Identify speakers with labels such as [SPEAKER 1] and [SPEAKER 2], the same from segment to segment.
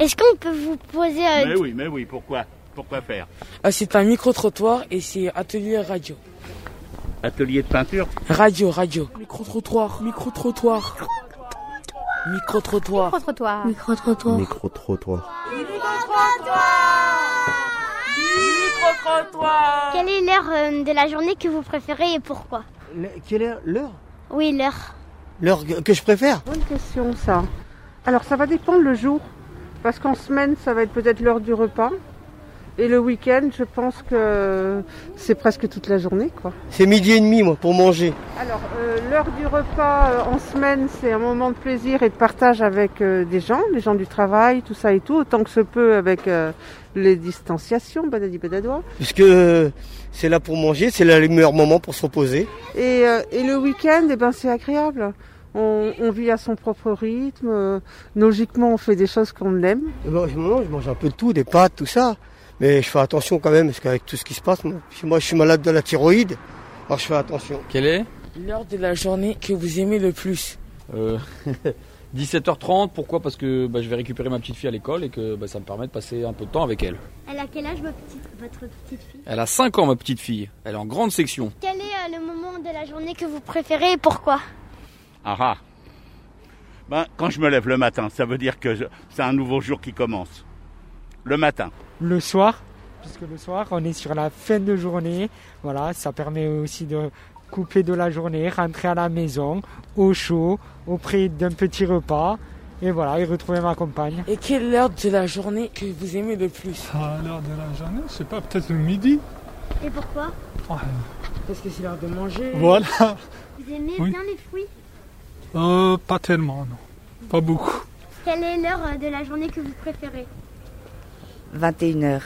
[SPEAKER 1] Est-ce qu'on peut vous poser euh,
[SPEAKER 2] Mais oui, mais oui, pourquoi Pourquoi faire
[SPEAKER 3] Euh, C'est un micro-trottoir et c'est atelier radio.
[SPEAKER 2] Atelier de peinture
[SPEAKER 3] Radio, radio. Micro-trottoir, micro-trottoir.
[SPEAKER 4] Micro-trottoir.
[SPEAKER 3] Micro-trottoir.
[SPEAKER 1] micro-trottoir
[SPEAKER 5] Micro-trottoir.
[SPEAKER 1] Quelle est l'heure euh, de la journée que vous préférez et pourquoi
[SPEAKER 6] Le- quelle est l'heure
[SPEAKER 1] Oui, l'heure.
[SPEAKER 6] L'heure que que je préfère
[SPEAKER 7] Bonne question ça. Alors ça va dépendre le jour, parce qu'en semaine ça va être peut-être l'heure du repas, et le week-end je pense que c'est presque toute la journée quoi.
[SPEAKER 6] C'est midi et demi, moi, pour manger.
[SPEAKER 7] Alors euh, l'heure du repas euh, en semaine c'est un moment de plaisir et de partage avec euh, des gens, les gens du travail, tout ça et tout, autant que se peut avec euh, les distanciations, badadi badadois.
[SPEAKER 6] Puisque euh, c'est là pour manger, c'est là le meilleur moment pour se reposer.
[SPEAKER 7] Et, euh, et le week-end, eh ben, c'est agréable. On, on vit à son propre rythme. euh, logiquement, on fait des choses qu'on aime.
[SPEAKER 6] Et ben, je mange, je mange un peu de tout, des pâtes, tout ça. Mais je fais attention quand même, parce qu'avec tout ce qui se passe, moi, chez moi je suis malade de la thyroïde. Alors je fais attention.
[SPEAKER 8] Quelle est
[SPEAKER 3] L'heure de la journée que vous aimez le plus.
[SPEAKER 8] Euh, 17h30, pourquoi Parce que bah, je vais récupérer ma petite fille à l'école et que bah, ça me permet de passer un peu de temps avec elle.
[SPEAKER 1] Elle a quel âge votre petite, votre petite fille
[SPEAKER 8] Elle a 5 ans ma petite fille, elle est en grande section.
[SPEAKER 1] Quel est euh, le moment de la journée que vous préférez et pourquoi
[SPEAKER 2] Ah ah ben, Quand je me lève le matin, ça veut dire que je- c'est un nouveau jour qui commence. Le matin.
[SPEAKER 9] le soir, puisque le soir, on est sur la fin de journée. Voilà, ça permet aussi de couper de la journée, rentrer à la maison, au chaud, auprès d'un petit repas, et voilà, et retrouver ma compagne.
[SPEAKER 3] Et quelle heure de la journée que vous aimez le plus
[SPEAKER 10] À l'heure de la journée, je sais pas, peut-être le midi.
[SPEAKER 1] Et pourquoi
[SPEAKER 10] Ouais.
[SPEAKER 3] Parce que c'est l'heure de manger.
[SPEAKER 10] Voilà.
[SPEAKER 1] Vous aimez
[SPEAKER 10] Oui.
[SPEAKER 1] bien les fruits
[SPEAKER 10] Euh, pas tellement, non. Pas beaucoup.
[SPEAKER 1] Quelle est l'heure euh, de la journée que vous préférez
[SPEAKER 4] 21h,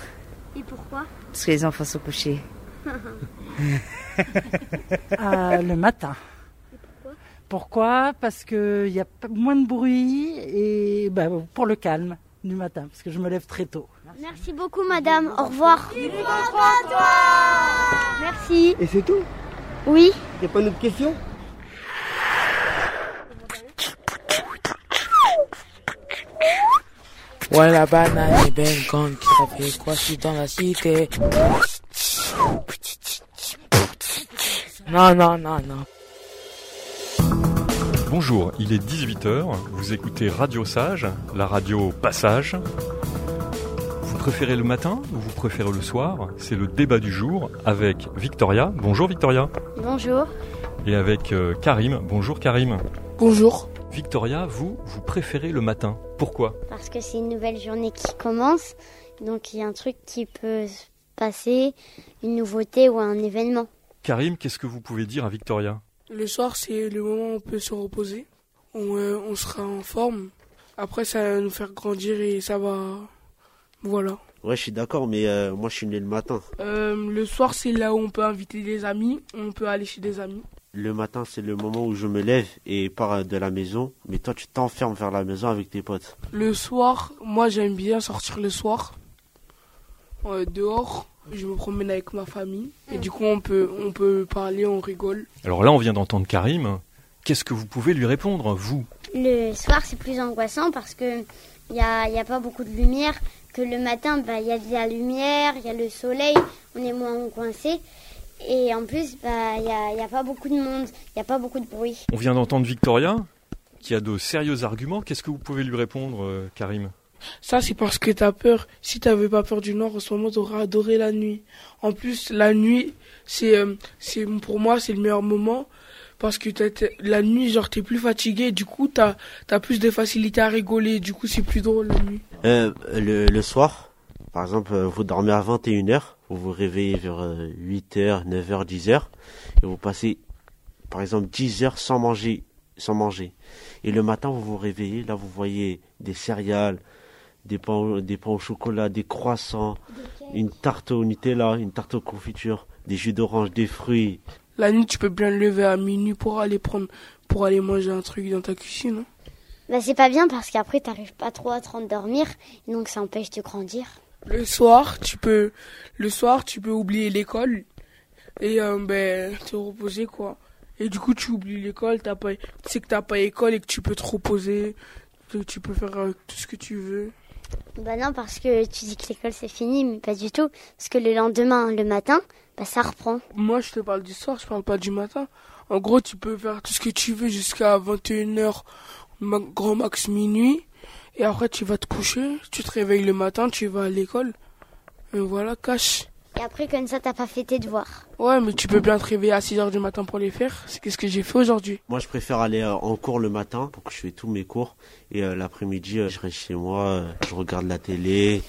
[SPEAKER 1] et pourquoi
[SPEAKER 4] parce que les enfants sont couchés.
[SPEAKER 7] Ah, le matin. Pourquoi Parce qu'il y a moins de bruit et ben, pour le calme du matin, parce que je me lève très tôt.
[SPEAKER 1] Merci beaucoup, madame. Au revoir. Merci.
[SPEAKER 6] Et c'est tout
[SPEAKER 1] Oui.
[SPEAKER 6] Y a pas d'autres questions
[SPEAKER 3] Ouais, la banane est ben grande, qui ça fait quoi, je suis dans la cité. Non, non, non, non.
[SPEAKER 10] Bonjour, il est 18h, vous écoutez Radio Sage, la radio Passage. Vous préférez le matin ou vous préférez le soir C'est le débat du jour avec Victoria. Bonjour Victoria.
[SPEAKER 1] Bonjour.
[SPEAKER 10] Et avec euh, Karim. Bonjour Karim.
[SPEAKER 3] Bonjour.
[SPEAKER 10] Victoria, vous, vous préférez le matin. Pourquoi
[SPEAKER 1] Parce que c'est une nouvelle journée qui commence, donc il y a un truc qui peut se passer, une nouveauté ou un événement.
[SPEAKER 10] Karim, qu'est-ce que vous pouvez dire à Victoria
[SPEAKER 11] Le soir, c'est le moment où on peut se reposer. On, euh, on sera en forme. Après, ça va nous faire grandir et ça va. Voilà. Euh,
[SPEAKER 5] Ouais, je suis d'accord, mais euh, moi je suis né le matin.
[SPEAKER 11] le soir, c'est là où on peut inviter des amis. On peut aller chez des amis.
[SPEAKER 5] Le matin, c'est le moment où je me lève et pars de la maison. Mais toi, tu t'enfermes vers la maison avec tes potes.
[SPEAKER 11] Le soir, moi, j'aime bien sortir le soir. Euh, dehors, je me promène avec ma famille. Et du coup, on peut, on peut parler, on rigole.
[SPEAKER 10] Alors là, on vient d'entendre Karim. Qu'est-ce que vous pouvez lui répondre, vous
[SPEAKER 1] Le soir, c'est plus angoissant parce que il n'y a, il y a pas beaucoup de lumière. Que le matin, bah, il y a de la lumière, il y a le soleil, on est moins coincé. Et en plus, bah, il n'y a, il y a pas beaucoup de monde, il n'y a pas beaucoup de bruit.
[SPEAKER 10] On vient d'entendre Victoria, qui a de sérieux arguments. Qu'est-ce que vous pouvez lui répondre, euh, Karim
[SPEAKER 11] Ça, c'est parce que t'as peur. Si t'avais pas peur du noir, en ce moment, t'aurais adoré la nuit. En plus, la nuit, c'est, euh, c'est pour moi, c'est le meilleur moment. Parce que t'as- t'as- la nuit, genre, t'es plus fatigué. Du coup, t'as as plus de facilité à rigoler. Du coup, c'est plus drôle la nuit.
[SPEAKER 5] Euh, le, le soir, par exemple, euh, vous dormez à 21h, vous vous réveillez vers euh, 8h, 9h, 10h, et vous passez, par exemple, 10 heures sans manger, sans manger. Et le matin, vous vous réveillez, là, vous voyez des céréales, des pains, des pains au chocolat, des croissants, une tarte au Nutella, une tarte aux confitures, des jus d'orange, des fruits.
[SPEAKER 11] La nuit, tu peux bien te lever à minuit pour aller prendre, pour aller manger un truc dans ta cuisine. hein.
[SPEAKER 1] Bah, c'est pas bien parce qu'après, t'arrives pas trop à te rendormir, et donc ça empêche de grandir.
[SPEAKER 11] Le soir, tu peux, le soir, tu peux oublier l'école et euh, ben te reposer quoi. Et du coup, tu oublies l'école, t'as pas, tu sais que t'as pas école et que tu peux te reposer, que tu peux faire euh, tout ce que tu veux.
[SPEAKER 1] Bah non, parce que tu dis que l'école c'est fini, mais pas du tout. Parce que le lendemain, le matin, bah ça reprend.
[SPEAKER 11] Moi, je te parle du soir, je parle pas du matin. En gros, tu peux faire tout ce que tu veux jusqu'à 21h, ma- grand max minuit. Et après, tu vas te coucher, tu te réveilles le matin, tu vas à l'école. Et voilà, cash.
[SPEAKER 1] Et après, comme ça, t'as pas fait tes devoirs.
[SPEAKER 11] Ouais, mais tu peux bien te réveiller à 6h du matin pour les faire. C'est qu'est-ce que j'ai fait aujourd'hui.
[SPEAKER 5] Moi, je préfère aller euh, en cours le matin pour que je fais tous mes cours. Et euh, l'après-midi, euh, je reste chez moi, euh, je regarde la télé,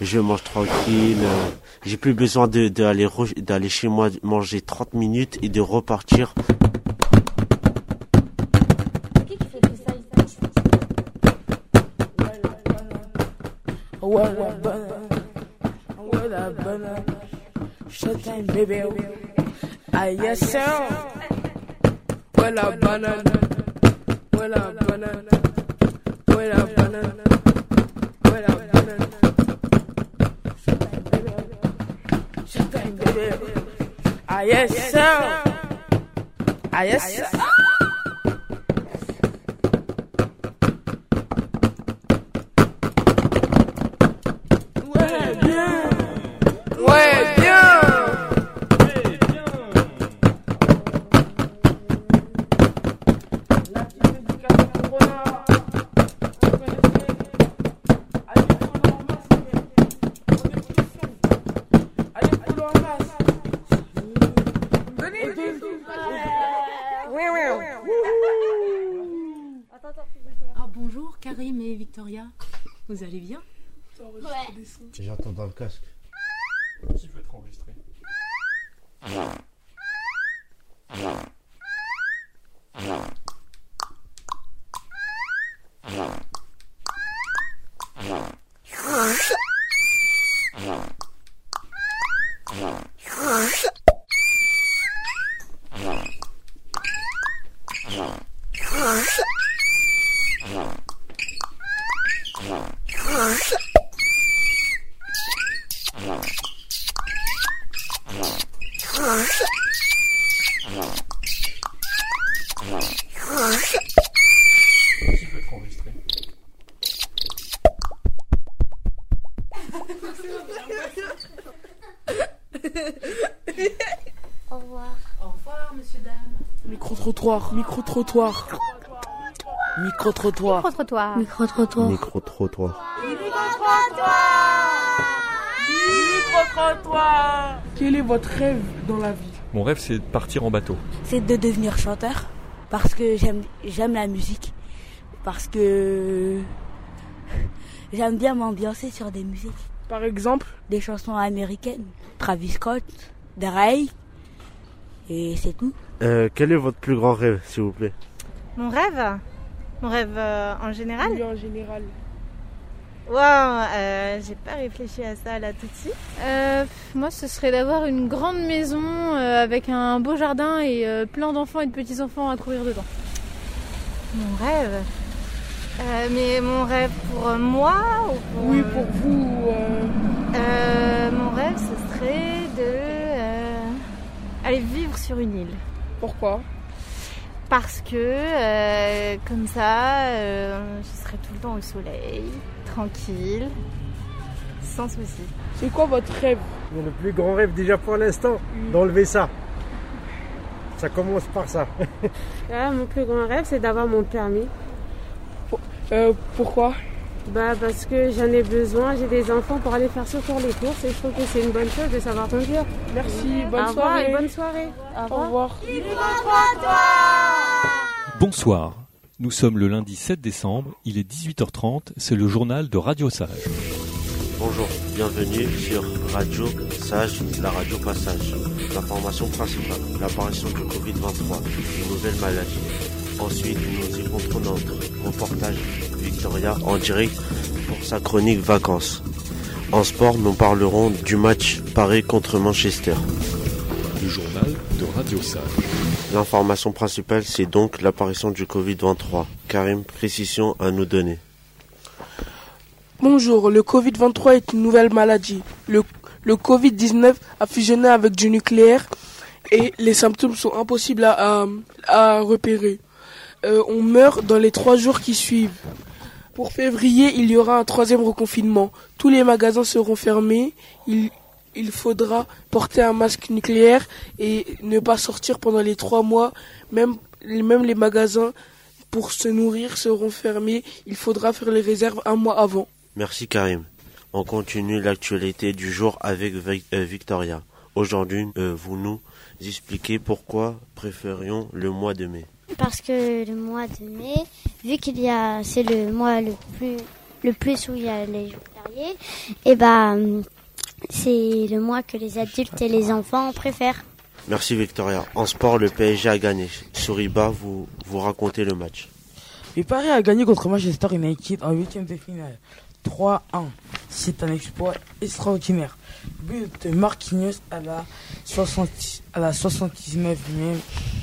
[SPEAKER 5] je mange tranquille. euh, J'ai plus besoin de- d'aller re- d'aller chez moi manger 30 minutes et de repartir.
[SPEAKER 12] Ouais, ouais, banane. Ouais, la banane. Showtime, baby. Ah, yes, sir.
[SPEAKER 11] Ouais, la banane. Ouais, la banane. Ouais, la banane. Ouais, la banane.
[SPEAKER 12] Showtime, baby. Ah, yes, sir. Ah, yes, sir.
[SPEAKER 11] Ouais, bien. Ouais, bien.
[SPEAKER 13] Ah bonjour Karim et Victoria, vous allez bien
[SPEAKER 2] J'entends dans le casque.
[SPEAKER 10] Qui veut être enregistré Qui veut être enregistré
[SPEAKER 1] Au revoir.
[SPEAKER 13] Au revoir monsieur dame.
[SPEAKER 11] Micro-trottoir, micro-trottoir. Micro-trottoir.
[SPEAKER 13] Micro-trottoir.
[SPEAKER 11] Micro-trottoir.
[SPEAKER 2] Micro-trottoir.
[SPEAKER 11] Quel est votre rêve dans la vie
[SPEAKER 10] Mon rêve, c'est de partir en bateau.
[SPEAKER 12] c'est de devenir chanteur parce que j'aime j'aime la musique parce que j'aime bien m'ambiancer sur des musiques
[SPEAKER 11] par exemple
[SPEAKER 12] des chansons américaines Travis Scott Drake et c'est tout
[SPEAKER 5] Euh, quel est votre plus grand rêve, s'il vous plaît
[SPEAKER 7] Mon rêve Mon rêve euh, en général
[SPEAKER 11] Oui, en général.
[SPEAKER 7] Waouh, euh, j'ai pas réfléchi à ça là tout de suite.
[SPEAKER 14] Euh, pff, moi, ce serait d'avoir une grande maison euh, avec un beau jardin et euh, plein d'enfants et de petits-enfants à courir dedans.
[SPEAKER 7] Mon rêve Euh, Mais mon rêve pour euh, moi ou pour, Oui, pour vous. mon rêve, ce serait de euh, aller vivre sur une île.
[SPEAKER 11] Pourquoi
[SPEAKER 7] Parce que euh, comme ça, euh, je serai tout le temps au soleil, tranquille, sans souci.
[SPEAKER 11] C'est quoi votre rêve
[SPEAKER 15] Mon le plus grand rêve déjà pour l'instant, d'enlever ça. Ça commence par ça.
[SPEAKER 16] Ah, mon plus grand rêve, c'est d'avoir mon permis.
[SPEAKER 11] Euh, pourquoi
[SPEAKER 16] Bah parce que j'en ai besoin, j'ai des enfants pour aller faire surtout les courses et je trouve que c'est une bonne chose de savoir conduire.
[SPEAKER 11] Merci,
[SPEAKER 16] Au
[SPEAKER 11] bonne
[SPEAKER 16] revoir et
[SPEAKER 11] soirée.
[SPEAKER 16] bonne soirée.
[SPEAKER 11] Au revoir.
[SPEAKER 10] Bonsoir. Nous sommes le lundi 7 décembre, il est 18h30, c'est le journal de Radio Sage.
[SPEAKER 5] Bonjour, bienvenue sur Radio Sage, la radio passage. L'information principale, l'apparition du Covid-23, une nouvelle maladie. Ensuite, nous écouterons notre reportage Victoria en direct pour sa chronique vacances. En sport, nous parlerons du match Paris contre Manchester.
[SPEAKER 10] Le journal de Radio Sage.
[SPEAKER 5] L'information principale, c'est donc l'apparition du Covid-23. Karim, précision à nous donner.
[SPEAKER 11] Bonjour, le Covid-23 est une nouvelle maladie. Le, le Covid-19 a fusionné avec du nucléaire et les symptômes sont impossibles à, à- à repérer. Euh, on meurt dans les trois jours qui suivent.
[SPEAKER 7] Pour février, il y aura un troisième reconfinement. Tous les magasins seront fermés. Il, il faudra porter un masque nucléaire et ne pas sortir pendant les trois mois. Même, même les magasins pour se nourrir seront fermés. Il faudra faire les réserves un mois avant.
[SPEAKER 5] Merci Karim. On continue l'actualité du jour avec Vi- euh, Victoria. Aujourd'hui, euh, vous nous expliquez pourquoi préférions le mois de mai.
[SPEAKER 1] Parce que le mois de mai, vu qu'il y a, c'est le mois le plus, le plus où il y a les jours fériés, et ben c'est le mois que les adultes et les enfants préfèrent.
[SPEAKER 5] Merci Victoria. En sport, le PSG a gagné. Souriba, vous, vous racontez le match.
[SPEAKER 11] Le Paris a gagné contre Manchester United en huitième de finale. 3-1. C'est un exploit extraordinaire. But de Marquinhos à la, 60 à la 79e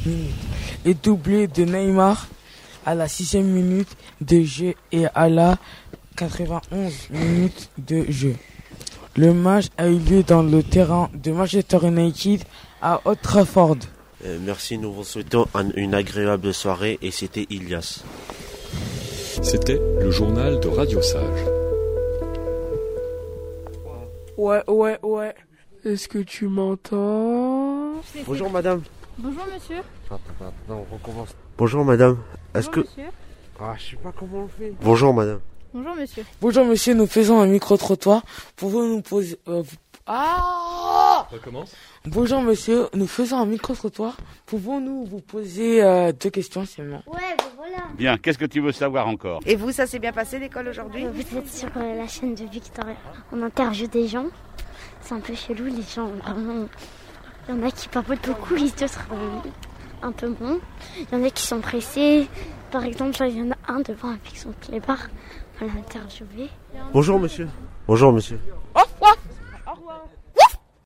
[SPEAKER 11] minute. Et doublé de Neymar à la 6e minute de jeu et à la 91 minute de jeu. Le match a eu lieu dans le terrain de Manchester United à Old Trafford.
[SPEAKER 5] Euh, merci, nous vous souhaitons un- une agréable soirée et c'était Ilias.
[SPEAKER 9] C'était le journal de Radio Sage.
[SPEAKER 7] Ouais, ouais, ouais. Est-ce que tu m'entends
[SPEAKER 5] Bonjour madame.
[SPEAKER 7] Bonjour monsieur.
[SPEAKER 17] Non, on recommence.
[SPEAKER 5] Bonjour madame. Est-ce que...
[SPEAKER 17] Ah, je sais pas comment on fait.
[SPEAKER 5] Bonjour madame.
[SPEAKER 7] Bonjour monsieur.
[SPEAKER 11] Bonjour monsieur, nous faisons un micro-trottoir. Pouvez-vous nous poser... euh, vous- Ah
[SPEAKER 9] Recommence.
[SPEAKER 11] Bonjour monsieur, nous faisons un micro-trottoir. Pouvons-nous vous poser euh, deux questions seulement
[SPEAKER 1] Ouais, bah voilà.
[SPEAKER 2] Bien, qu'est-ce que tu veux savoir encore
[SPEAKER 18] Et vous, ça s'est bien passé l'école aujourd'hui
[SPEAKER 1] Vous êtes sur euh, la chaîne de Victoria. On interviewe des gens. C'est un peu chelou, les gens. vraiment. Il y en a qui papotent beaucoup, les autres euh, un peu moins. Il y en a qui sont pressés. Par exemple, genre, il y en a un devant avec son clébard. On l'a interviewé.
[SPEAKER 5] Bonjour monsieur. Bonjour monsieur.